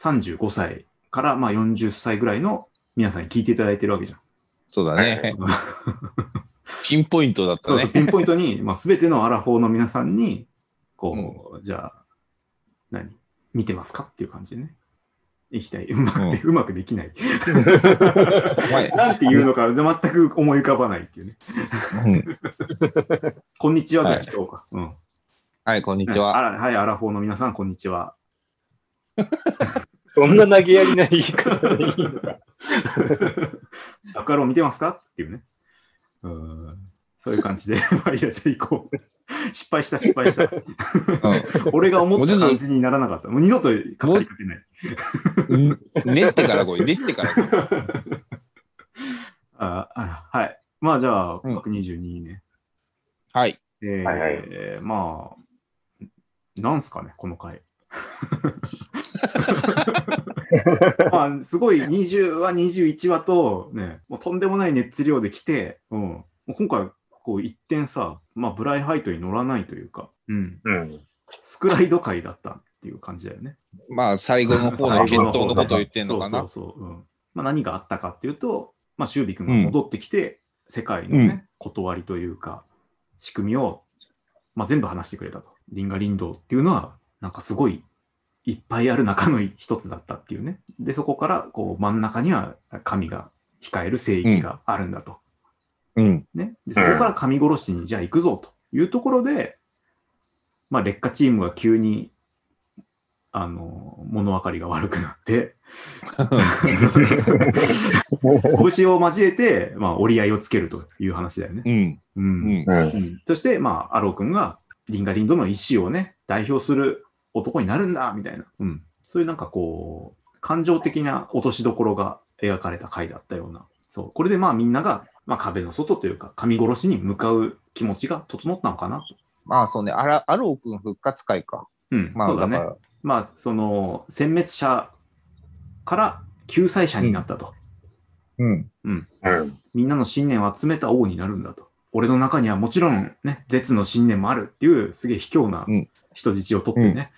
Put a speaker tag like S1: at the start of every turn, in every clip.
S1: 35歳からまあ40歳ぐらいの皆さんに聞いていただいてるわけじゃん。
S2: そうだね。ピンポイントだった
S1: そうそう
S2: ね。
S1: ピンポイントに、まあ、全てのアラフォーの皆さんに、こう、じゃあ、何見てますかっていう感じでね。いきたい。うまくで、うまくできない。
S2: お前、
S1: なんて言うのか、全く思い浮かばないっていうね。
S2: うん
S1: こんにちはぐらい
S2: はい
S1: しようか。うん。こ
S2: はい、こんにちは。
S1: はいあらはい、アラフォーの皆さん、こんにち は。
S3: そんな投げやりな言い方でいいのか。
S1: アクアロン見てますかっていうね。うん。そういう感じで、 まあ、いや、じゃあ行こう。失敗した、失敗した。俺が思った感じにならなかった。もう二度と語りかけない。
S2: うん練ってから来い、練ってから来い。
S1: ああはい。まあじゃあ、
S2: うん
S1: 122ね。
S2: はい。
S1: えー
S3: はいはい
S1: まあ、なんすかね、この 回。まあ、すごい20話、21話と、ね、もうとんでもない熱量で来て、うん、もう今回、こう一点さ、まあ、ブライハイトに乗らないというか、うん、
S3: うん。
S1: スクライド回だったっていう感じだよね。
S2: まあ、最後の方の決
S1: 最後
S2: 闘
S1: 方
S2: のことを言ってんのかな。
S1: そうそうそう、うんまあ、何があったかっていうと、まあ、シュービ君が戻ってきて、世界のね、
S2: うん
S1: 断りというか、仕組みを、まあ、全部話してくれたと。リンガリンドっていうのは、なんかすごいいっぱいある中の一つだったっていうね。で、そこからこう真ん中には神が控える聖域があるんだと。
S2: うん。
S1: ね、でそこから神殺しにじゃあ行くぞというところで、まあ、劣化チームが急にあの物分かりが悪くなって拳を交えて、まあ、折り合いをつけるという話だよね。
S2: う
S1: う
S2: ん。うんん。
S3: うん
S1: うんそして、まあ、アロー君がリンガリンドの意思をね代表する男になるんだみたいな、うん、そういうなんかこう感情的な落としどころが描かれた回だったようなそうこれでまあみんなが、まあ、壁の外というか神殺しに向かう気持ちが整ったのかなと。
S2: まあ、そうね、あらアロー君復活会か。
S1: うん、
S2: ま
S1: そ
S2: あ、
S1: うだ
S2: だか
S1: ね。
S2: ら、
S1: まあその殲滅者から救済者になったと。
S2: うん。
S3: うん。
S1: みんなの信念を集めた王になるんだと。俺の中にはもちろんね、絶の信念もあるっていう、すげえ卑怯な
S2: うん
S1: 人質を取ってね、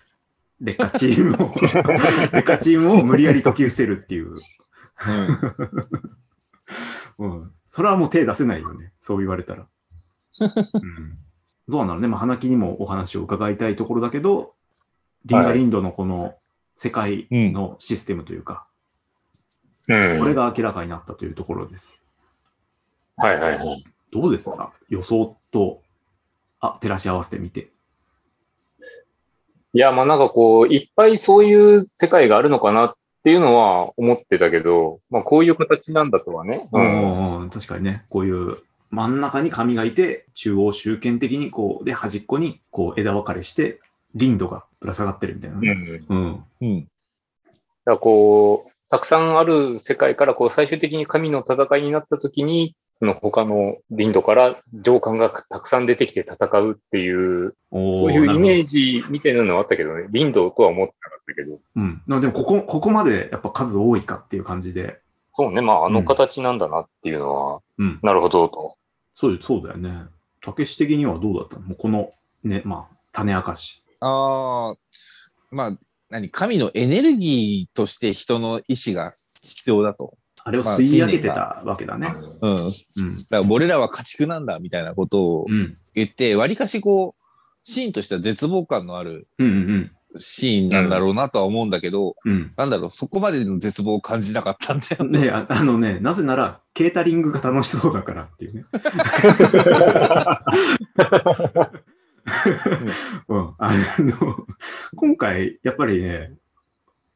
S1: 劣化チームを、 劣化チームを無理やり解き伏せるっていう、
S2: うん
S1: うん。それはもう手出せないよね、そう言われた ら。うん、どうなのね、まあ、花木にもお話を伺いたいところだけど、リンガリンドのこの世界のシステムというか、
S3: うん。
S1: これが明らかになったというところです。
S3: はいはいはい。
S1: どうですか予想と、あ、照らし合わせてみて。
S3: いや、まあなんかこう、いっぱいそういう世界があるのかなっていうのは思ってたけど、まあこういう形なんだとはね。
S1: うんうんうん、確かにね、こういう真ん中に神がいて、中央集権的にこう、で、端っこにこう枝分かれして、リンドがぶら下がってるみたいな
S3: う
S1: ね。
S3: ん。
S1: うん。
S2: うん。
S3: だからこう、たくさんある世界からこう最終的に神の戦いになった時に、その他のリンドから上官がたくさん出てきて戦うっていう、
S1: お
S3: そういうイメ
S1: ジ。
S3: ージみたいなのはあったけどね、リンドとは思ってなかったけど、
S1: うん。なでも、ここ、ここまでやっぱ数多いかっていう感じで。
S3: そうね、まああの形なんだなっていうのは、
S1: うん。
S3: なるほどと。
S1: そうそうだよね。たけし的にはどうだったのもうこの、ね、まあ、種明かし。
S2: ああ、まあ、何、神のエネルギーとして人の意志が必要だと。
S1: あれを
S2: まあ
S1: 吸い上げてたわけだね。
S2: うん。だから俺らは家畜なんだ、みたいなことを
S1: うん。
S2: 言って、わりかしこう、シーンとしては絶望感のある
S1: うんうん
S2: シーンなんだろうなとは思うんだけど、
S1: うん。
S2: なんだろう、そこまでの絶望を感じなかったんだ
S1: う
S2: よ
S1: ん。
S2: ね。
S1: ねああのね、なぜなら、ケータリングが楽しそうだからっていう ね。 うん、あの今回、やっぱりね、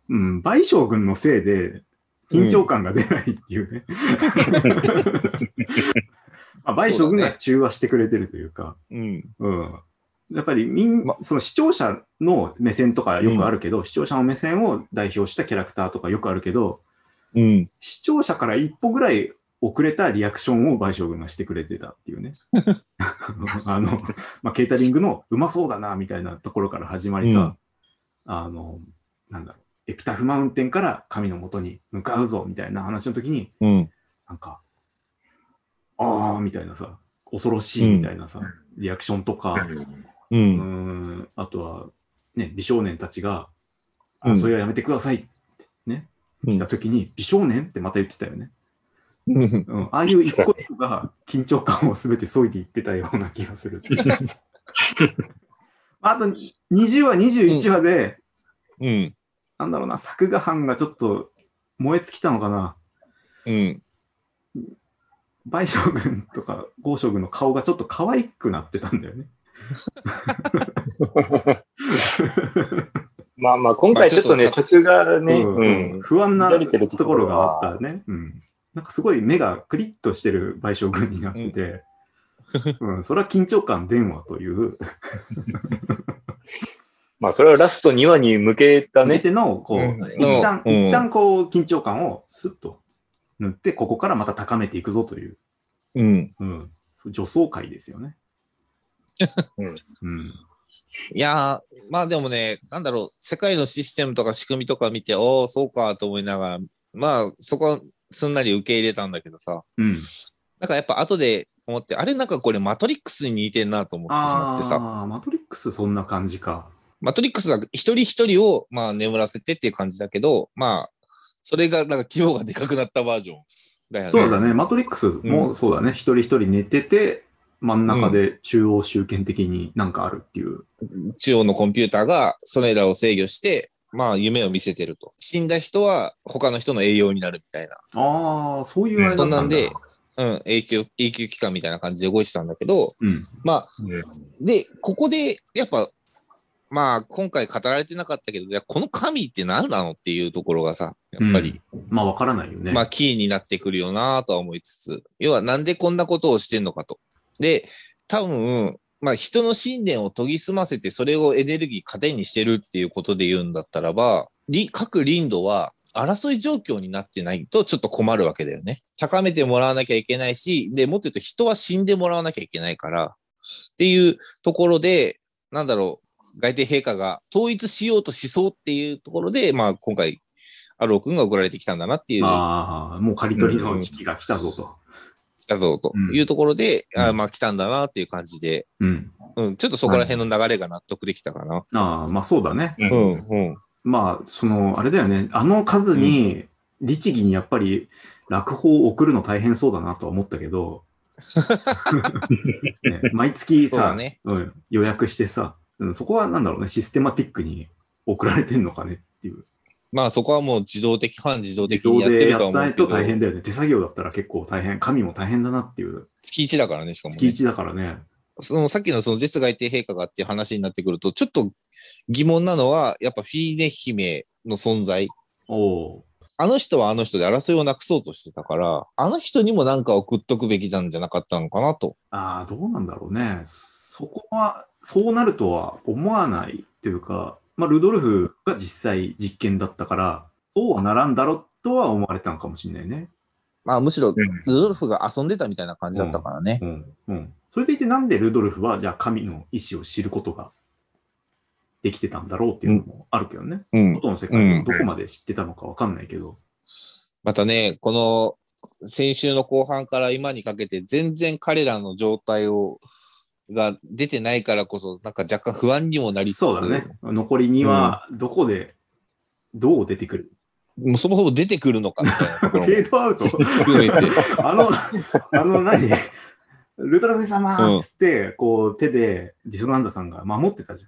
S1: うん、倍賞君のせいで緊張感が出ないっていうね。 まあ、倍賞君が中和してくれてるというか、
S2: うん。
S1: うん、やっぱりみん、
S2: ま
S1: その視聴者の目線とかよくあるけど、視聴者の目線を代表したキャラクターとかよくあるけど、
S2: うん。
S1: 視聴者から一歩ぐらい遅れたリアクションを倍賞君がしてくれてたって いうね。あの、まあ、ケータリングのうまそうだなみたいなところから始まりさ、あの、なんだろう、エピタフマウンテンから神のもとに向かうぞみたいな話の時に、
S2: うん。
S1: なんか、ああみたいなさ、恐ろしいみたいなさ、リアクションとか、う
S2: う。
S1: んん、あとは、ね、美少年たちが、あ
S2: うん
S1: それはやめてくださいってね、
S2: うん
S1: 来た時に、美少年ってまた言ってたよね。
S2: うん
S1: うん、ああいう一個一個が緊張感を全て削いでいってたような気がする。あと20話、21話で、
S2: うん。
S1: なんだろうな、作画班がちょっと燃え尽きたのかな。
S2: うん。
S1: 倍将軍とか豪将軍の顔がちょっと可愛くなってたんだよね。
S3: まあまあ、今回ちょっとね、
S2: まあち
S3: 途中がね、
S1: うん
S3: うん。
S1: 不安な
S3: 乱れてると
S1: とこ
S3: こ
S1: ろ
S3: ろ
S1: が
S3: が
S1: あったね。うん、なんかすごい目がクリッとしてる倍将軍になってて、うんそれは緊張感電話という、
S3: まあ、それはラスト2話に向けた
S1: 寝
S3: ね、
S1: てのこう、
S2: うん
S1: 一旦、
S2: うん
S1: 一旦こう緊張感をスッと塗って、ここからまた高めていくぞという、
S2: うん。
S1: うん、そう女装会ですよね。
S3: うん
S1: うん
S2: いやー、まあでもね、なんだろう、世界のシステムとか仕組みとか見て、おお、そうかと思いながら、まあそこはすんなり受け入れたんだけどさ、
S1: うん、
S2: なんかやっぱ後で思って、あれなんかこれマトリックスに似てんなと思ってしま
S1: あ
S2: ってさ、
S1: あー、マトリックスそんな感じか。
S2: マトリックスは一人一人をまあ眠らせてっていう感じだけど、まあ、それがなんか規模がでかくなったバージョンだよね。
S1: そうだね、マトリックスもそうだね、一人一人寝てて、真ん中で中央集権的になんかあるっていう。
S2: 中央のコンピューターがそれらを制御して、まあ夢を見せてると。死んだ人は他の人の栄養になるみたいな。
S1: ああ、そういうあれだった
S2: そんなん
S1: だ
S2: で、うん、永久、永久期間みたいな感じで動いてたんだけど、
S1: うん。
S2: まあ、
S3: うん
S2: で、ここで、やっぱ、まあ、今回語られてなかったけど、いやこの神って何なのっていうところがさ、やっぱり、
S1: まあ、わからないよね。
S2: まあ、キーになってくるよなとは思いつつ、要はなんでこんなことをしてんのかと。で、多分、まあ、人の信念を研ぎ澄ませて、それをエネルギー糧にしてるっていうことで言うんだったらば、り各林道は争い状況になってないとちょっと困るわけだよね。高めてもらわなきゃいけないし、で、もっと言うと人は死んでもらわなきゃいけないから、っていうところで、なんだろう、外帝陛下が統一しようとしそうっていうところで、まあ、今回、アロー君が送られてきたんだなっていう
S1: まあもう刈り取りの時期が来たぞと。
S2: 来たぞというところで、
S1: うん
S2: あまあ来たんだなっていう感じで、
S1: うん。
S2: うん、ちょっとそこら辺の流れが納得できたかな。
S1: ああ、まあそうだね。
S3: うん
S2: うん、うん。
S1: まあ、その、あれだよね。あの数に、律儀にやっぱり落語を送るの大変そうだなとは思ったけ ど、ね毎月
S2: そうだ
S1: さ、
S2: ね
S1: うん、予約してさ、うん、そこはなんだろうね、システマティックに送られてんのかねっていう。
S2: まあそこはもう自動的、半自動的
S1: 自
S2: に
S1: 動
S2: やって
S1: で
S2: る
S1: や
S2: とは
S1: った
S2: 思
S1: な
S2: う
S1: い
S2: け
S1: と
S2: ど、
S1: 大変だよね。手作業だったら結構大変、紙も大変だなっていう、
S2: 月1だからね、しかも、
S1: 月
S2: ね。
S1: 1だからね。
S2: そのさっきのその絶外帝陛下がっていう話になってくると、ちょっと疑問なのは、やっぱフィーネ姫の存在。
S1: おお
S2: あの人はあの人で争いをなくそうとしてたから、あの人にも何か送っとくべきなんじゃなかったのかなと。
S1: ー。ああ、どうなんだろうね。そこは、そうなるとは思わないというか、まあ、ルドルフが実際実験だったから、そうはならんだろうとは思われたのかもしれないね。
S2: まあむしろ、
S3: う
S2: ル
S3: ん
S2: ドルフが遊んでたみたいな感じだったからね。
S1: うん。うん。それでいて、なんでルドルフは、じゃあ神の意志を知ることができてたんだろうっていうのもあるけどね。
S2: うん
S1: 外の世界をどこまで知ってたのかわかんないけど。
S2: またね、この先週の後半から今にかけて、全然彼らの状態をが出てないからこそ、なんか若干不安にもなりつつ、
S1: そうだね。残り2は、どこで、どう出てくる
S2: もうそもそも出てくるのかみたいなと
S1: フ
S2: こ ろも
S1: ェードアウ ト
S2: 含めて、
S1: あの、あの何、ルトラフ様っつって、こう手でディソナンザさんが守ってたじ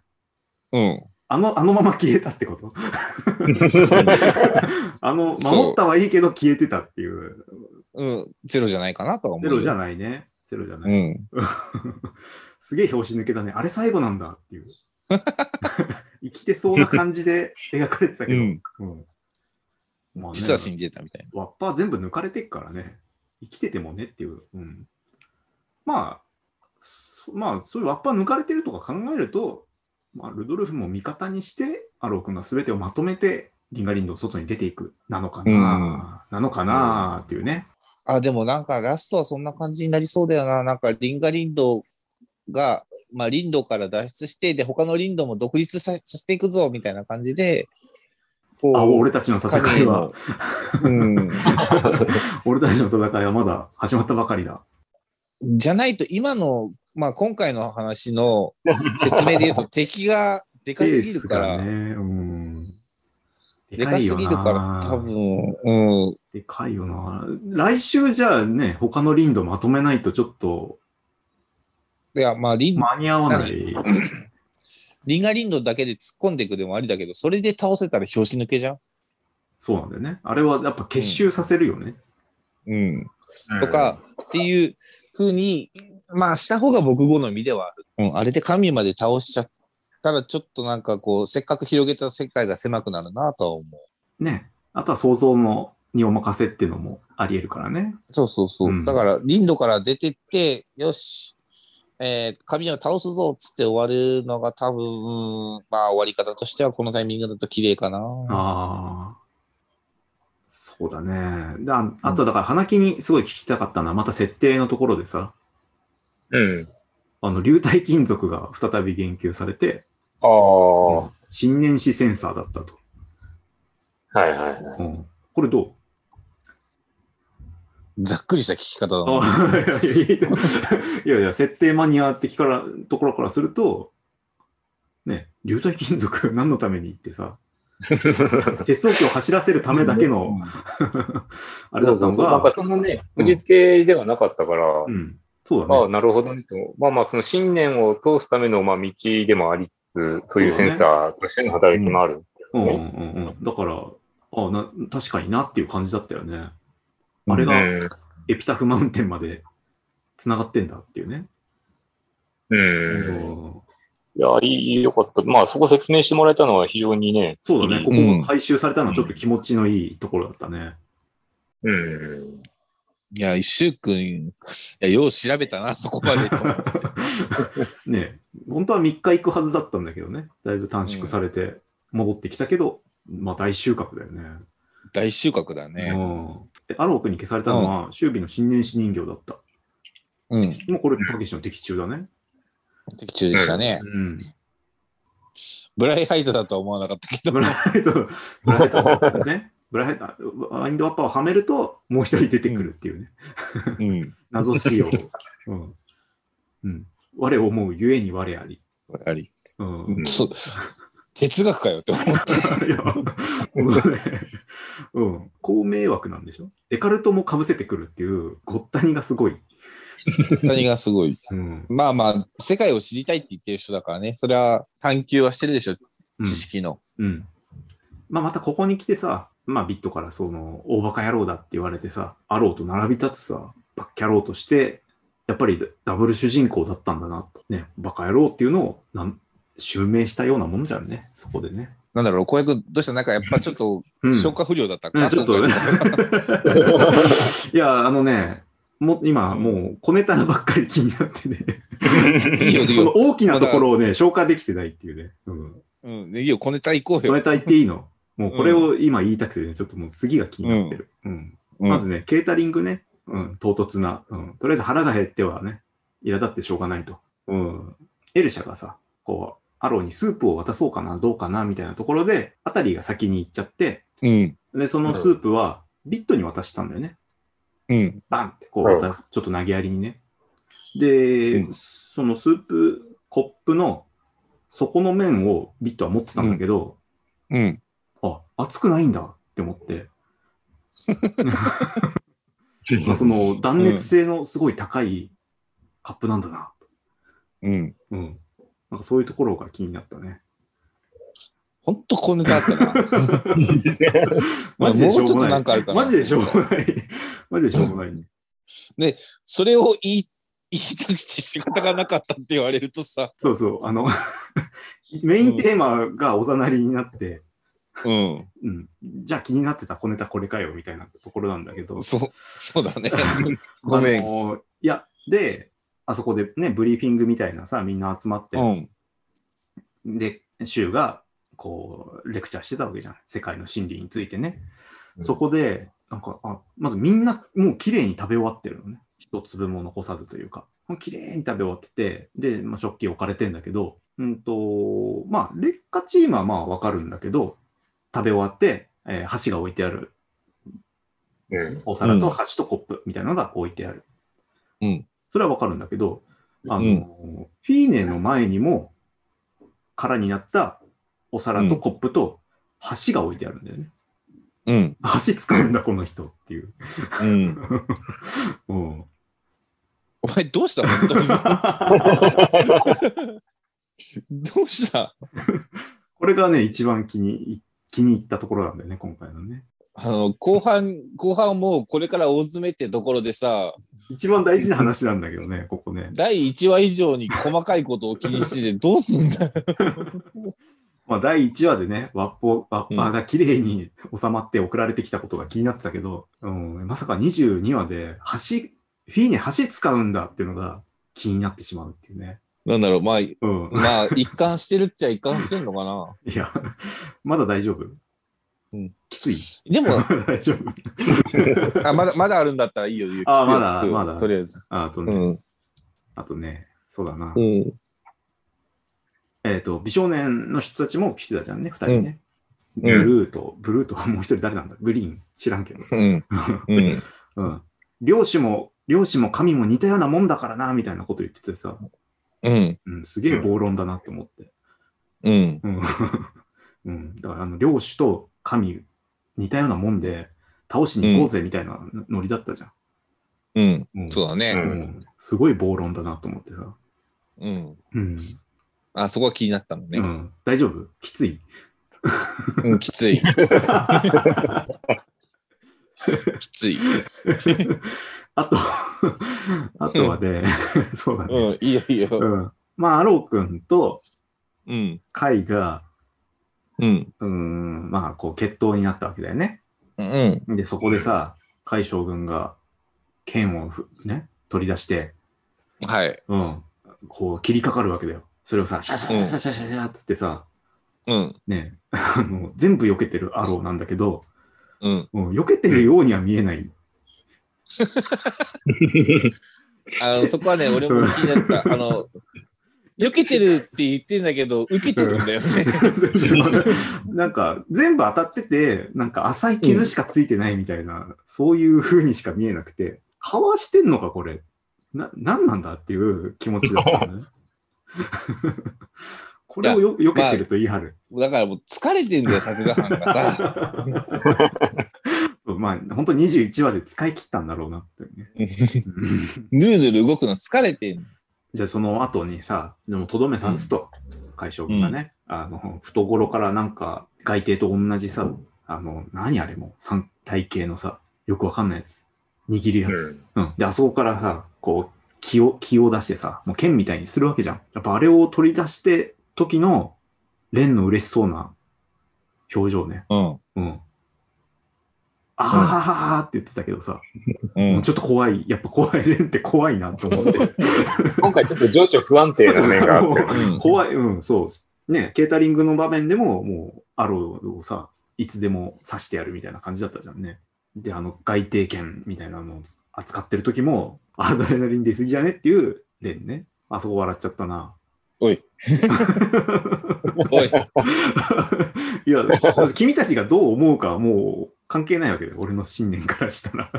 S1: ゃん。
S2: うん、
S1: あの、あのまま消えたってこと あの、
S2: そう
S1: 守ったはいいけど消えてたっていう。
S2: うん、ゼロじゃないかなとは思
S1: ゼ
S2: う。
S1: ロじゃないね。ゼロじゃ
S2: う
S1: ない。
S2: ん、
S1: すげえ表紙抜けたね。あれ最後なんだっていう。 生きてそうな感じで描かれてたけ
S2: う
S1: ど。
S2: ん、
S1: うんまあね
S2: 実は死んでたみたい
S1: ワッパー全部抜かれてっからね。生きててもねっていう。うん、まあ、そまあ、そういうワッパー抜かれてるとか考えると、まあ、ルドルフも味方にして、アロー君が全てをまとめて、リンガリンドを外に出ていく、なのかな、なのかなっていうね。
S2: な。あ、でもなんかラストはそんな感じになりそうだよな。なんかリンガリンドが、まあ、リンドから脱出して、で、他のリンドも独立ささせていくぞみたいな感じで、こ
S1: あ、俺たちの戦いは、
S2: うん、
S1: 俺たちの戦いはまだ始まったばかりだ。
S2: じゃないと今の、まあ、今回の話の説明で言うと敵がで か
S1: ペ
S2: す
S1: ー
S2: ぎる
S1: ス
S2: か
S1: が
S2: ら、
S1: ね、うん。
S2: でかすぎるから、多分、うん、
S1: でかいよな。来週じゃあね、他のリンドまとめないとちょっと
S2: いや、まあ、リン
S1: 間に合わない。
S2: リンガリンドだけで突っ込んでいくでもありだけど、それで倒せたら拍子抜けじゃん
S1: そうなんだよね。あれはやっぱ結集させるよね。
S2: うん。とか、っていうふうに、まあ、した方が僕好みではある。うん、あれで神まで倒しちゃったら、ちょっとなんかこう、せっかく広げた世界が狭くなるなとは思う。
S1: ね。あとは想像のにお任せっていうのもあり得るからね。
S2: そうそうそう。
S1: うん
S2: だから、リンドから出てって、よし、えー、神を倒すぞっつって終わるのが多分、うんまあ、終わり方としてはこのタイミングだと綺麗かな。
S1: ああ。そうだね。だあとだから、花木にすごい聞きたかったのは、また設定のところでさ、
S3: うん。
S1: あの、流体金属が再び言及されて、
S3: ああ、は
S1: 新年史センサーだったと。
S3: いはいは
S1: う
S3: い。
S1: ん、これどう
S2: ざっくりした聞き方だな。
S1: あいやいや、設定マニア的からところからすると、ね、流体金属 何のためにって さ、鉄道機を走らせるためだけの、あれだったの
S3: なんか
S1: が、
S3: そのね、無実系ではなかったから、
S1: うん、そう
S3: あ
S1: だ
S3: あ、
S1: ね。
S3: なるほどねと。まあまあ、その信念を通すための、まあ、道でもありつつ、そういうセンサーとしての働きもある。
S1: うんうんうんうん、だから、あな確かになっていう感じだったよね。あれ
S3: う
S1: が
S3: ん。
S1: エピタフマウンテンまで繋がってんだっていうね。
S3: うん。
S1: うん
S3: いや、いい、よかった。まあ、そこ説明してもらえたのは非常にね。
S1: そうだね、ここ
S2: うん
S1: が回収されたのはちょっと気持ちのいいところだったね。
S3: うん。
S2: いや、一週くん、いや、よう調べたな、そこまでと思 って。
S1: ねえ本当は3日行くはずだったんだけどね、だいぶ短縮されて戻ってきたけど、まあ大収穫だよね。
S2: 大収穫だね。
S1: うんでアロークに消されたのは、シュービーの新年史人形だった。
S2: うん。
S1: もうこれ、たけしの的中だね。
S2: 的中でしたね。
S1: うん。
S2: ブライハイトだとは思わなかったけど
S1: ブ。ライト、ブライトだったね。ブライト、ワインドアッパーをはめると、もう一人出てくるって いうね、
S2: うん。
S1: 謎仕様。うん。うん。我を思うゆえに我あり。
S2: あり。
S1: うん。
S2: そう。哲学かよって 思った。
S1: いや、もうね、うん、高迷惑なんでしょデカルトもかぶせてくるっていうごったにがすごい。
S2: 何がすごい。
S1: うん。
S2: まあまあ、世界を知りたいって言ってる人だからね。それは探求はしてるでしょ、
S1: うん
S2: 知識の。
S1: うん。まあ、またここに来てさ、まあ、ビットからその、大バカ野郎だって言われてさ、アローと並び立つさ、バッキャローとして、やっぱりダブル主人公だったんだなと。ね、バカ野郎っていうのをなん襲名したようなもんじゃんね、そこでね。
S2: なんだろう、小役どうしたなんかやっぱちょっと
S1: うん、
S2: 消化不良だったか
S1: う
S2: な、
S1: んちょっと
S2: 今
S1: ね
S2: 回。
S1: いや、あのね、もう今、もう小ネタばっかり気になってね。
S2: いいよ、いい
S1: そ の
S2: よ。
S1: 大きなところをね、消化できてないっていうね。うん。
S2: うん、いいよ、小ネタ行こう
S1: こ
S2: よ。
S1: れ言っていいのもうこれを今言いたくてね、ちょっともう次が気になってる。うん。
S2: うん
S1: まずね、ケータリングね、うん、唐突な。うん。とりあえず腹が減ってはね、苛立ってしょうがないと。うん。エルシャがさ、こう、アローにスープを渡そうかな、どうかな、みたいなところで、あたりが先に行っちゃって、
S2: うん。
S1: で、そのスープは、ビットに渡したんだよね。
S2: うん。
S1: バンってこう
S3: うん
S1: 渡す、ちょっと投げやりにね。で、
S2: うん
S1: そのスープ、コップの底の面をビットは持ってたんだけど、
S2: うん。
S1: あ、熱くないんだって思って、まあその断熱性のすごい高いカップなんだな。
S2: うん。
S1: うん。なんかそういうところが気になったね。
S2: ほんと小ネタあったな。 まあ
S1: マジでしょうも
S2: もうちょっと
S1: な。
S2: ないんかあるかな
S1: マジでしょうもない。 マジでしょうもない。
S2: それを言い言いたくて仕方がなかったって言われるとさ、
S1: そうそう。あの、 メインテーマがおざなりになって、
S2: うん、
S1: うん、じゃあ気になってた小ネタこれかよみたいなところなんだけど。
S2: そう、そ うだね。ごめ
S1: あ
S2: ん。
S1: のーいや、で、あそこでね、ブリーフィングみたいなさ、みんな集まって、
S2: うん、
S1: で、シュウが、こう、レクチャーしてたわけじゃん。世界の真理についてね。そこで、なんか、あまずみんなもう綺麗に食べ終わってるのね。一粒も残さずというか。もう綺麗に食べ終わってて、で、まあ、食器置かれてんだけど、うんと、まあ、劣化チームはまあわかるんだけど、食べ終わって、えー箸が置いてある
S3: うん。
S1: お皿と箸とコップみたいなのが置いてある。
S2: うん
S1: それはわかるんだけど、あの、
S2: うん
S1: フィーネの前にも空になったお皿とコップと橋が置いてあるんだよね。
S2: うん。
S1: 橋使うんだ、この人っていう。
S2: うん。
S1: うん、
S2: お前どうした 本当にどうした
S1: これがね、一番気にい気に入ったところなんだよね、今回のね。
S2: あの、後半、後半もうこれから大詰めってところでさ、
S1: 一番大事な話なんだけどね、ここね。
S2: 第1話以上に細かいことを気にしててどうすんだよ。
S1: まあ、第1話でね、ワッポ、ワッパーが綺麗に収まって送られてきたことが気になってたけど、うん、まさか22話で、橋、フィーネ橋使うんだっていうのが気になってしまうっていうね。
S2: なんだろう、まあ、
S1: うん。
S2: まあ、一貫してるっちゃ一貫してんのかな。
S1: いや、まだ大丈夫。
S2: うん、
S1: きつい。
S2: でも、
S1: 大丈夫。
S2: あまだまだあるんだったらいいよ、言う
S1: あ
S2: 聞く
S1: ま
S2: よ
S1: だ
S2: 聞くよ
S1: まだ
S2: とりあえず。
S1: あと
S2: う
S1: ね、
S2: ん。
S1: あとね、そうだな。
S2: うん。
S1: えっ、と、美少年の人たちも来てたじゃんね、二人ね。
S2: ん
S1: ブルーと、ブルーとはもう一人誰なんだグリーン知らんけど。
S2: うん。うん。
S1: うん。漁師も、漁師も神も似たようなもんだからな、みたいなこと言っててさ、
S2: うん。
S1: うん、すげえ暴論だなって思って。
S2: うん。
S1: うん。 うん、だから、あの、漁師と神似たようなもんで、倒しに行こうぜ、みたいなノリだったじゃん。
S2: うん。
S1: うん
S2: そうだ
S1: う
S2: ね。
S1: んすごい暴論だなと思ってさ。
S2: うん。
S1: うん。
S2: あ、そこは気になったのね
S1: う。ん、大丈夫きつい。
S2: うん、き つい。きつい。
S1: あと、 あとはね、 そうだね。
S2: うん、いいよいいよ。
S1: うん。まあ、アロー君と
S2: うん。
S1: カイが、
S2: うん。
S1: うーん、まあ、こう、決闘になったわけだよね。
S2: うん。
S1: で、そこでさ、カイ将軍が剣をふね、取り出して、
S2: はい。
S1: うん、こう、切りかかるわけだよ。それをさ、シャシャシャシャシャシャシャっつってさ、
S2: うん。
S1: ね、あの、全部避けてるアローなんだけど、
S2: うん。
S1: うん、避けてるようには見えない。
S2: あの、そこはね、俺も気になった。あの、避けてるって言ってんだけど、受けてるんだよね。
S1: なんか、全部当たってて、なんか浅い傷しかついてないみたいな、そういう風にしか見えなくて、かわしてんのか、これ。な、なんなんだっていう気持ちだったよ ね。これをよ、避けてると言い張る。
S2: だからもう疲れてんだよ、作画班がさ。
S1: そうまあ、本当21話で使い切ったんだろうなっていうね。うん
S2: ぬるぬる動くの疲れてんの
S1: じゃあ、その後にさ、でもとどめさすと、解消がね、あの、懐からなんか、外帝と同じさ、あの、何あれも、三体系のさ、よくわかんないやつ、握るやつ。うん。で、あそこからさ、こう、気を、気を出してさ、もう剣みたいにするわけじゃん。やっぱあれを取り出して時の、蓮の嬉しそうな表情ね。うん。あははははって言ってたけどさ、
S2: うん。う。
S1: もうんちょっと怖い、やっぱ怖い、蓮って怖いなと思 って。
S3: 今回ちょっと情緒不安定な面があって。
S2: うん
S1: 怖い、うん、そう。ね、ケータリングの場面でも、もう、アローをさ、いつでも刺してやるみたいな感じだったじゃんね。で、あの、外定権みたいなのを扱ってる時も、アドレナリン出すぎじゃねっていう、レンね。あそこ笑っちゃったな。
S2: おい。おい。
S1: いや、君たちがどう思うかはもう関係ないわけで、俺の信念からしたら。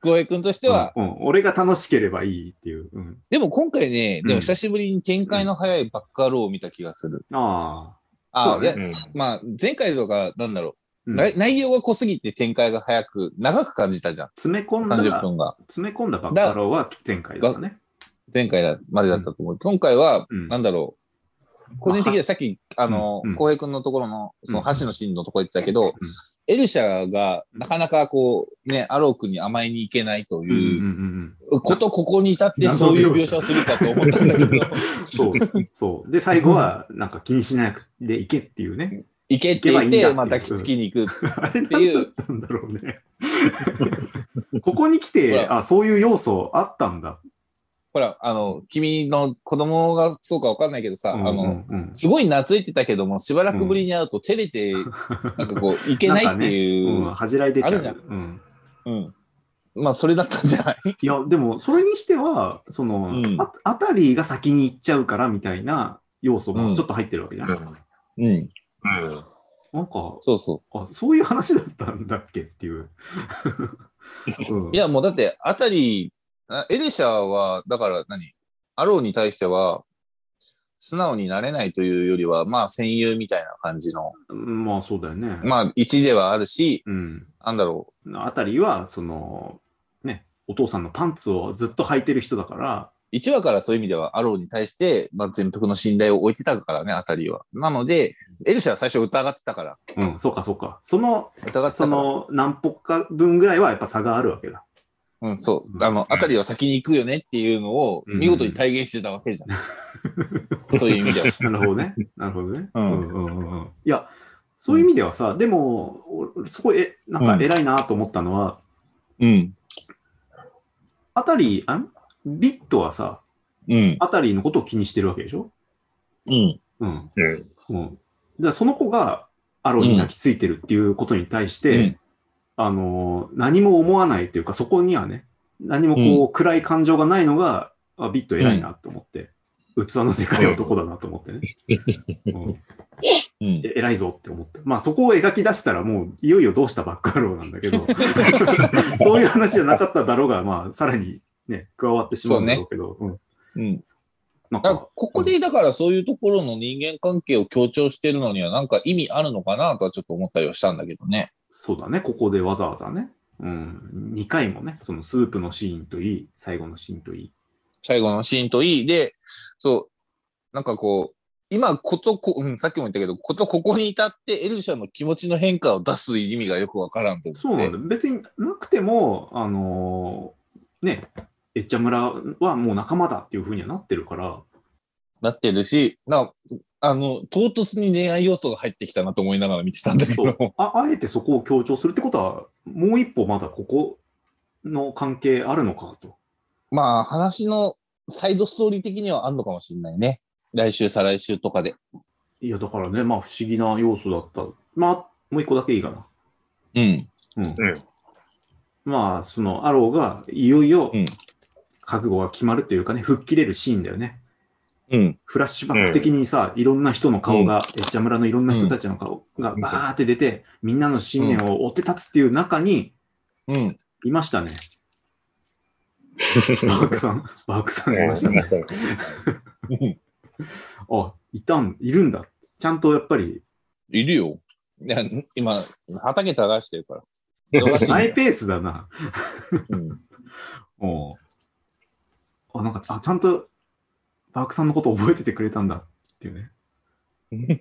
S2: 浩平君としては、
S1: うん、俺が楽しければいいっていう。うん、
S2: でも今回ね、で
S1: うん
S2: も久しぶりに展開の早いバックアローを見た気がする。
S1: ああ。
S2: あ
S1: そ
S2: あ、
S1: う
S2: い
S1: だ
S2: や、
S3: うん
S2: まあ前回とか、なんだろ
S1: う
S2: う、
S1: ん
S2: 内内容が濃すぎて展開が早く、長く感じたじゃん。
S1: 詰め込んだ、
S2: 30
S1: 詰
S2: 分が。
S1: め込んだバッカローは前回だったね。
S2: 前回だまでだったと思う。今回は、
S1: うん
S2: なんだろう。個人的にはさっき、あの
S1: うんうん、
S2: 浩平君のところの、その
S1: うん
S2: 橋のシーンのところ言ってたけど、エルシャがなかなかこう、ね、アロー君に甘えに行けないと
S1: うんうんうん
S2: い
S1: う
S2: う
S1: ん。
S2: こと、ここに至ってそういう描写をするかと思ったんだけど、
S1: そう、そう。で、最後は、なんか気にしなくていけっていうね。
S2: 行けって
S1: 行けばいい
S2: 言
S1: ん
S2: っ
S1: だってい
S2: て、
S1: う
S2: まあ抱きつきに行く。
S1: あれ
S2: っていう。
S1: なんだろう ね。ここに来て、あ、そういう要素あったんだ。
S2: ほら、あの、君の子供がそうかわかんないけどさ、
S1: う
S2: あ
S1: んうん
S2: の、
S1: うん
S2: すごい懐いてたけども、しばらくぶりに会うと照れ て、なんかこう、いけないって
S1: うん
S2: いう、
S1: 恥じらい出ちゃ
S2: あ
S1: う。
S2: るじゃん
S1: うん
S2: うん。まあ、それだったんじゃない
S1: いや、でも、それにしては、その、
S2: うん
S1: あ、あたりが先に行っちゃうからみたいな要素
S2: う
S1: も
S2: ん
S1: ちょっと入ってるわけじゃん。
S2: うん、
S3: うん
S1: なんか、
S2: そうそ
S1: あ、そういう話だったんだっけっていう。うん
S2: う。いや、もうだって、あたり、あエルシャは、だから何アローに対しては、素直になれないというよりは、まあ戦友みたいな感じの、
S1: まあそうだよね。
S2: まあ一ではあるし、
S1: うん。
S2: なんだろ
S1: あたりは、その、ね、お父さんのパンツをずっと履いてる人だから、
S2: う、1話からそういう意味ではアローに対して、まあ全幅の信頼を置いてたからね、あたりは。なので、エルシャは最初疑ってたから、
S1: うん、そうかそうか。その、
S2: 疑って
S1: そ
S2: たから、
S1: の何歩か分ぐらいはやっぱ差があるわ けだ。
S2: うん、そう、あの、あたりは先に行くよねっていうのを
S1: うん
S2: 見事に体現してたわけじゃ ん。そういう意味では。
S1: なるほどね。なるほどね。
S2: うん
S1: うんうんうんいや、そういう意味ではさ、でも、おすごい、え、なんか偉いなと思ったのは、
S2: うん、
S1: あたり、あんビットはさ、
S2: うん、
S1: あたりのことを気にしてるわけでしょ
S2: うん、
S1: うん。
S3: うん。
S1: うん。じゃその子がアローに抱きついてるっていうことに対して、
S2: うん
S1: あのー、何も思わないというか、そこにはね、何もこう、暗い感情がないのが、あビット偉いなと思って、器のでかい男だなと思ってね。 うん
S2: うん。
S1: え偉いぞって思って。まあそこを描き出したらもういよいよどうしたばっかろうなんだ けど、そういう話じゃなかっただろうが、まあさらにね、加わってしまうんだろうけど、うん
S2: うん
S1: なん
S2: だから
S1: か、
S2: ここで、だからそういうところの人間関係を強調してるのには、なんか意味あるのかなとはちょっと思ったりはしたんだけどね。
S1: そうだね、ここでわざわざね、うん、2回もね、そのスープのシーンといい、最後のシーンといい。
S2: 最後のシーンといい。で、そう、なんかこう、今、ことこ、うん、さっきも言ったけど、ことここに至ってエルシャの気持ちの変化を出す意味がよくわからんと思って。
S1: そうなんだ、別になくても、あのーね、エッチャ村はもう仲間だっていうふうにはなってるから、
S2: なってるし、な、あの、唐突に恋愛要素が入ってきたなと思いながら見てたんだけ
S1: そう
S2: ど、
S1: ああえてそこを強調するってことは、もう一歩まだここの関係あるのかと。
S2: まあ、話のサイドストーリー的にはあるのかもしれないね。来週、再来週とかで。
S1: いや、だからね、まあ不思議な要素だった。まあ、もう一個だけいいかな。
S2: うん。
S1: まあ、そのアローがいよいよ
S2: うん
S1: 覚悟が決まるというかね、吹っ切れるシーンだよね。
S2: うん。
S1: フラッシュバック的にさ、いろんな人の顔が、えっちゃ村のいろんな人たちの顔がバーって出て、みんなの信念を追って立つっていう中に、
S2: うん。
S1: いましたね。バークさん、バークさんいましたね。あ、いたん、いるんだ。ちゃんとやっぱり、
S2: いるよ。いや今、畑耕してるから。忙しいん
S1: マ
S2: だよ
S1: イペースだな。
S2: うん
S1: おあ、なんか、あ、ちゃんと、バークさんのこと覚えててくれたんだっていうね。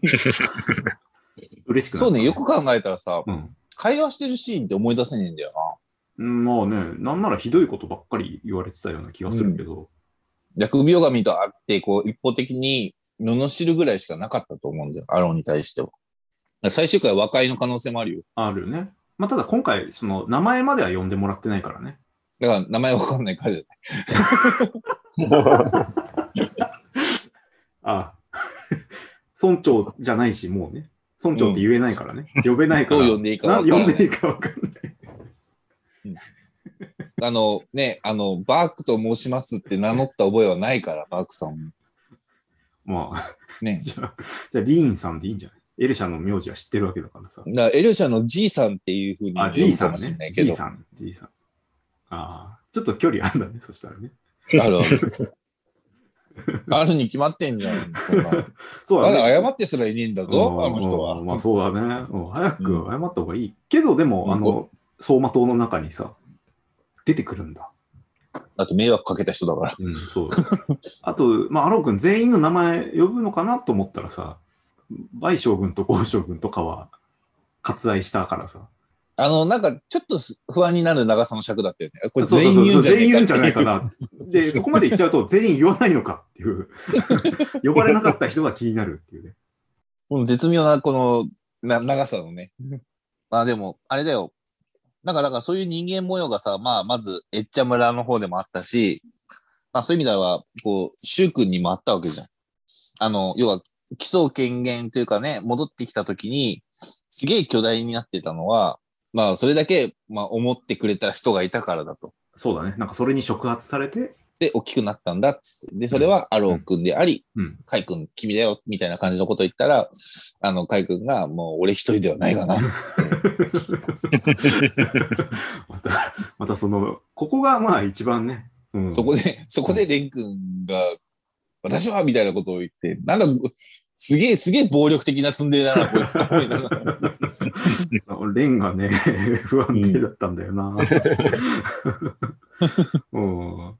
S1: 嬉しくな
S2: そうね、よく考えたらさ、
S1: うん。
S2: 会話してるシーンって思い出せねえんだよ
S1: うんまあね、なんならひどいことばっかり言われてたような気がするけど、
S2: な。薬病神と会って、こう、一方的に罵るぐらいしかなかったと思うんだよ。アロンに対しては。最終回は和解の可能性もあるよ。
S1: あるよね。まあ、ただ今回、その、名前までは呼んでもらってないからね。
S2: だから名前わかんないからじゃない。
S1: あ 村長じゃないし、もうね。村長って言えないからね。呼べないか
S2: ど
S1: ら。
S2: う呼んでいいかわ
S1: な
S2: かんない
S1: 呼んでいいかわかんない。
S2: あの、ね、あの、バークと申しますって名乗った覚えはないから、バークさんも。
S1: まあ、
S2: ね。
S1: じゃあ、じゃあリーンさんでいいんじゃないエルシャの名字は知ってるわけだからさ。
S2: だからエルシャのじいさんっていうふうに
S1: あ、
S2: 呼
S1: じい
S2: ぶ
S1: さ
S2: か
S1: ん
S2: もしれな
S1: ね。
S2: いけ
S1: じい
S2: ど。
S1: さん、じいさん。ああ、ちょっと距離あんだね、そしたらね。
S2: あるある。 あるに決まってんじゃん。そんな
S1: そう
S2: ま
S1: だ
S2: だ
S1: ね。
S2: 謝ってすらいねえんだぞ、あの人
S1: うんまあ
S2: は。
S1: そうだね。うん早く謝った方がいい。けど、で
S2: う
S1: も、
S2: ん
S1: あの、走馬灯の中にさ、出てくるんだ。
S2: だって迷惑かけた人だから。
S1: うん、 そう。あと、まあ、アロー君全員の名前呼ぶのかなと思ったらさ、倍将軍と豪将軍とかは割愛したからさ。
S2: あの、なんか、ちょっと不安になる長さの尺だったよね。これ
S1: そうそ
S2: 全
S1: う
S2: 員
S1: そう
S2: 言うんじゃね
S1: 全員言うん
S2: え
S1: じ
S2: か
S1: ゃ
S2: って
S1: ないかな。 で、 そこまで言っちゃうと、全員言わないのかって いう。呼ばれなかった人が気になるっていうね。
S2: この絶妙な、このな、長さのね。まあでも、あれだよ。なんか、だからそういう人間模様がさ、まあ、まず、エッチャ村の方でもあったし、まあそういう意味では、こう、シュウ君にもあったわけじゃん。あの、要は、基礎権限というかね、戻ってきたときに、すげえ巨大になってたのは、まあ、それだけ、まあ、思ってくれた人がいたからだと。
S1: そうだね。なんかそれに触発されて、
S2: で、大きくなったんだっつって。で、それはアロー君であり、
S1: うん。
S2: カイ君、君だよ、みたいな感じのことを言ったら、あの、カイ君が、もう俺一人ではないかな、つって。
S1: また、またその、ここがまあ一番ね、うん、
S2: そこで、そこでレン君が、私はみたいなことを言って、なんだ、すげえ、すげえ暴力的なツンデレだな、こいつと思いな がら。
S1: レンがね、 不安定だったんだよな。 うん、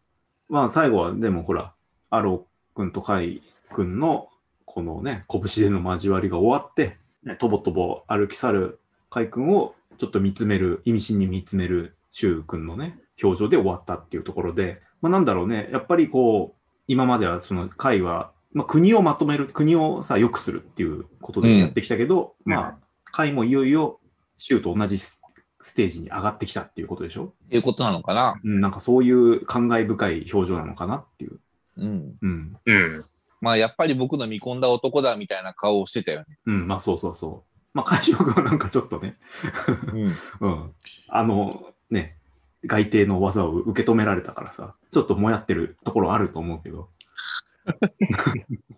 S1: まあ最後は、でもほら、アロー君とカイ君のこのね、拳での交わりが終わって、ね、とぼとぼ歩き去るカイ君をちょっと見つめる、意味深に見つめるシュウ君のね、表情で終わったっていうところで、まあなんだろうね、やっぱりこう、今まではその会は、まあ、国をまとめる、国をさ、良くするっていうことでやってきたけど、
S4: うん
S1: まあ、会もいよいよ州と同じスステージに上がってきたっていうことでしょ、
S2: いうことなのかな。
S1: うん、なんかそういう感慨深い表情なのかなっていう。
S2: うん。
S1: うん。
S3: うん。
S2: まあ、やっぱり僕の見込んだ男だみたいな顔をしてたよね。
S1: うん、まあそうそうそう。まあ会食はなんかちょっとね、
S2: うん。
S1: うん。あの、ね、外定の技を受け止められたからさ、ちょっともやってるところあると思うけど。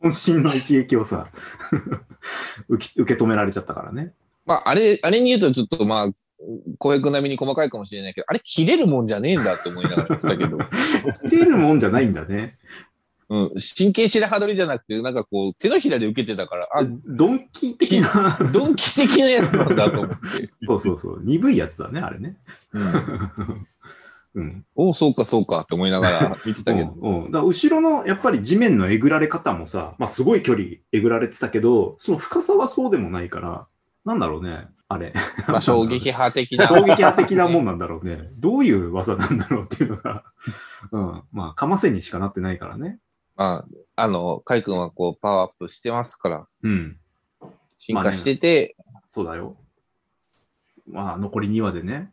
S1: 渾身の一撃をさ 受け、受け止められちゃったからね。
S2: まあ、あれ、あれに言うとちょっとまあ、小平君並みに細かいかもしれないけど、あれ切れるもんじゃねえんだって思いながらしたけど、
S1: 切れるもんじゃないんだね。
S2: うん、神経白羽取りじゃなくて、なんかこう、手のひらで受けてたから、あ、
S1: ドンキー的な。
S2: ドンキ的なやつなんだと思って。
S1: そうそう そう。鈍いやつだね、あれね。
S2: うん、
S1: うん。
S2: おそうかそうかって思いながら見てたけど、
S1: うんうんだから後ろのやっぱり地面のえぐられ方もさ、まあ、すごい距離えぐられてたけど、その深さはそうでもないから、なんだろうね、あ れ。
S2: まあ、衝撃波 的な。
S1: 攻撃派的なもんなんだろうね。どういう技なんだろうっていうのが、 うん、まあ、かませにしかなってないからね。
S2: まあ、あの、カイ君はこう、パワーアップしてますから、
S1: うん、
S2: 進化してて、
S1: そうだよ。まあ、残り2話でね、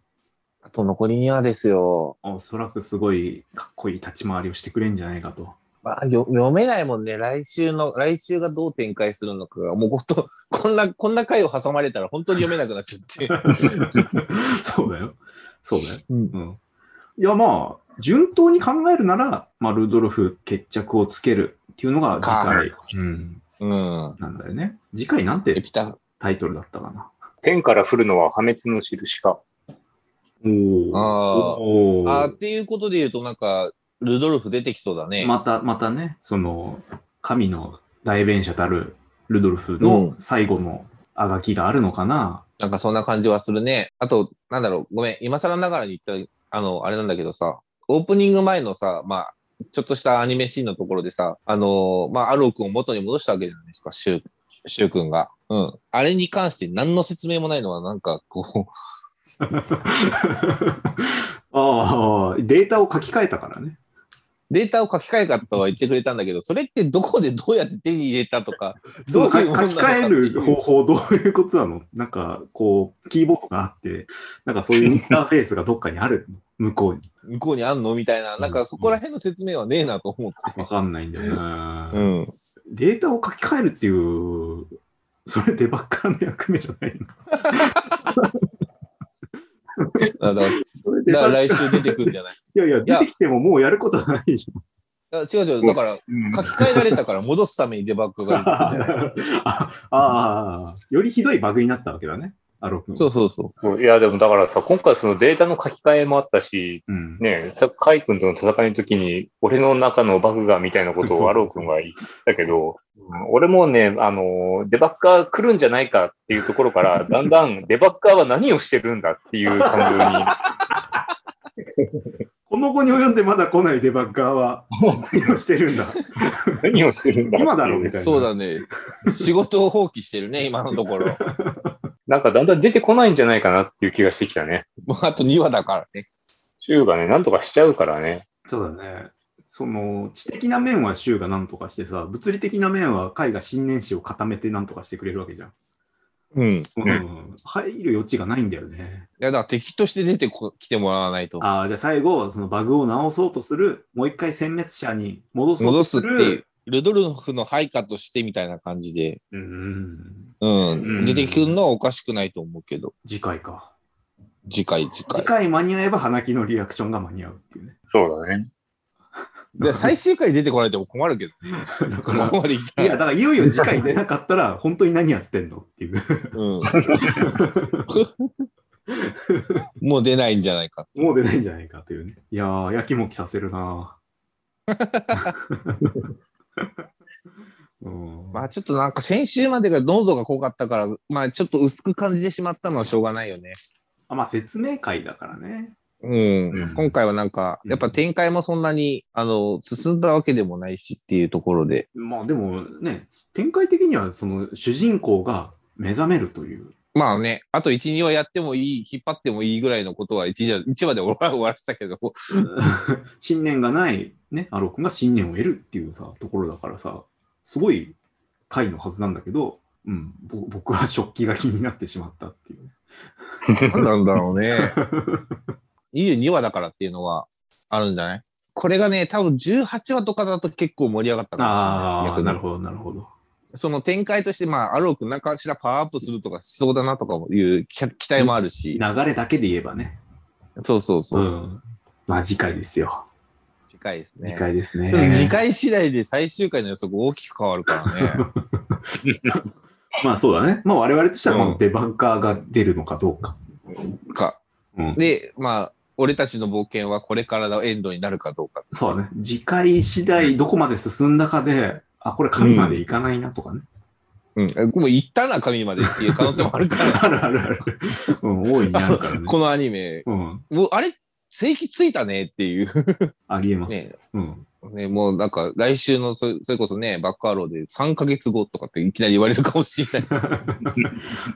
S2: あと残り2話ですよ。
S1: おそらくすごいかっこいい立ち回りをしてくれんじゃないかと。
S2: まあ、よ読めないもんね。来週の、来週がどう展開するのかが、もうほんと、こんな、こんな回を挟まれたら本当に読めなくなっちゃって。
S1: そうだよ。そうだよ。
S2: うん
S1: うん。いや、まあ、順当に考えるなら、まあ、ルドルフ決着をつけるっていうのが次回、うん、
S2: うん。
S1: なんだよね。次回なん
S2: エ
S1: て
S2: ピタフ。
S1: タイトルだったかな。
S3: 天から降るのは破滅の印か。
S1: おー
S2: あー
S1: おー
S2: あーっていうことで言うと、なんか、ルドルフ出てきそうだね。
S1: また、またね、その、神の代弁者たるルドルフの最後のあがきがあるのかな。
S2: なんかそんな感じはするね。あと、なんだろう、ごめん、今更ながらに言った、あの、あれなんだけどさ、オープニング前のさ、まあ、ちょっとしたアニメシーンのところでさ、あのーまあ、アロー君を元に戻したわけじゃないですか、シュウ、シュウ君が。うん。あれに関して何の説明もないのは、なんか、こう、
S1: ああ、データを書き換えたからね。
S2: データを書き換えたとは言ってくれたんだけど、それってどこでどうやって手に入れたとか、
S1: その
S2: どう
S1: 書
S2: い
S1: き
S2: うものなのかって
S1: 換え
S2: いう
S1: る方法どういうことなの なんか、こう、キーボードがあって、なんか そういうインターフェースがどっかにあるの向こうに。
S2: 向こうにあんのみたいな、なんかそこら辺の説明はねえなと思って。
S1: わかんないんだよ
S2: う
S1: ね。
S2: ん。
S1: データを書き換えるっていう、それデバッカーの役目じゃないの
S2: だから、
S1: それデ
S2: だ
S1: バ
S2: か
S1: ッカー
S2: ら来週出てくるんじゃない
S1: いやいや、出てきてももうやることはないじゃん。
S2: あ違う違う、だから、
S3: うん
S2: 書き換えられたから戻すためにデバッグが出てくるんじゃない
S1: ああー、よりひどいバグになったわけだね、アロー君。
S2: そうそうそ。
S3: そういや、でもだからさ、今回そのデータの書き換えもあったし、
S1: うん。
S3: ねえ、さカイ君との戦いの時に、俺の中のバグがみたいなこと
S1: そう
S3: を
S1: そう
S3: ア
S1: そう
S3: ロー君は言ったけど、うん俺もね、あの、デバッカー来るんじゃないかっていうとこ ろから、だんだんデバッカーは何をしてるんだっていう感情に、
S1: この後に及んでまだ来ないデバッカーは、何をしてるんだ。
S3: 何をしてるんだっていう
S1: 今だろうみたいうな。
S2: そうだね。仕事を放棄してるね、今のとこ ろ。
S3: なんかだんだん出てこないんじゃないかなっていう気がしてきたね。
S2: もうあと2話だからね。
S3: 中がね、なんとかしちゃうからね。
S1: そうだね。その知的な面は州が何とかしてさ、物理的な面は海が新年史を固めて何とかしてくれるわけじゃん。
S2: うん。
S1: う
S2: い
S1: んん、入る余地がないんだよね。
S2: や、だから敵として出てこ来てもらわないと。
S1: ああ、じゃあ最後、そのバグを直そうとする、もう一回殲滅者に戻そうと
S2: 戻す
S1: す
S2: って
S1: る。
S2: いう。ルドルフの配下としてみたいな感じで、
S1: うん、
S2: うん。
S1: うん
S2: 出てくるのはおかしくないと思うけど、
S1: 次回か。
S2: 次回、次回
S1: 次。回間に合えば、花木のリアクションが間に合うっていうね。
S3: そうだね。
S2: で最終回出てこられても困 るけど、
S1: だ
S2: こ
S1: か
S2: こ
S1: ら、
S2: まで 来た
S1: いや、
S2: ら。
S1: だからいよいよ次回出なかったら、本当に何やってんのっていう。
S2: うん。 もう出ないんじゃないか。
S1: もう出ないんじゃ ないかというね。いやー、やきもきさせるなー
S2: まあちょっとなんか先週までが濃度が濃かったから、まあちょっと薄く感じてしまったのはしょうがないよね。
S1: あまあ、説明会だからね。
S2: うん。
S1: うん
S2: 今回はなんか、やっぱ展開もそんなに、あの、進んだわけでもないしっていうところで。
S1: まあでもね、展開的にはその主人公が目覚めるという。
S2: まあね、あと1、2話やってもいい、引っ張ってもいいぐらいのことは 1, 話1話で終わ終わらせた けど、
S1: 信念がない、ね、アロー君が信念を得るっていうさ、ところだからさ、すごい回のはずなんだけど、うん、ぼ僕は食器が気になってしまったっていう。
S2: なんなんだろう ね。22話だからっていうのはあるんじゃないこれがね、多分18話とかだと結構盛り上がったかもしれない
S1: あ
S2: 逆
S1: あ、
S2: に。
S1: なるほど、なるほど。
S2: その展開として、まあ、アロー君なんかしらパワーアップするとかしそうだなとかもいう期期待もあるし、
S1: 流れだけで言えばね。
S2: そうそうそうう、
S1: ん。まあ次回ですよ。
S2: 次回ですね。
S1: 次回ですね。
S2: うん次回次第で最終回の予測大きく変わるからね。
S1: まあそうだね。まあ我々としてはま
S2: う
S1: ずデバッカーが出るのかどうか。
S2: か
S1: うん、
S2: で、まあ、俺たちの冒険はこれからのエンドになるかどうか。
S1: そうだね。次回次第どこまで進んだかで、あ、これ神までいかないなとかね。
S2: うん。もう行ったな、神までっていう可能性もあるから、
S1: あるあるある。うん、大いにあるからね。
S2: このアニメ、
S1: うん、
S2: もうあれ、正規ついたねっていう。
S1: ありえます。
S2: ね
S1: うん。
S2: ね、もうなんか来週のそ、それこそね、バックアローで3ヶ月後とかっていきなり言われるかもしれないし、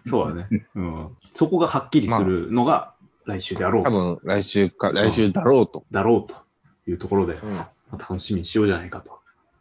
S1: そうだね。うん。そこがはっきりするのが来週であろう
S2: 多
S1: と、
S2: 分来週か、
S1: そう
S2: 来週だろうと。
S1: だろうというところで、
S2: うん
S1: まあ楽しみにしようじゃないかと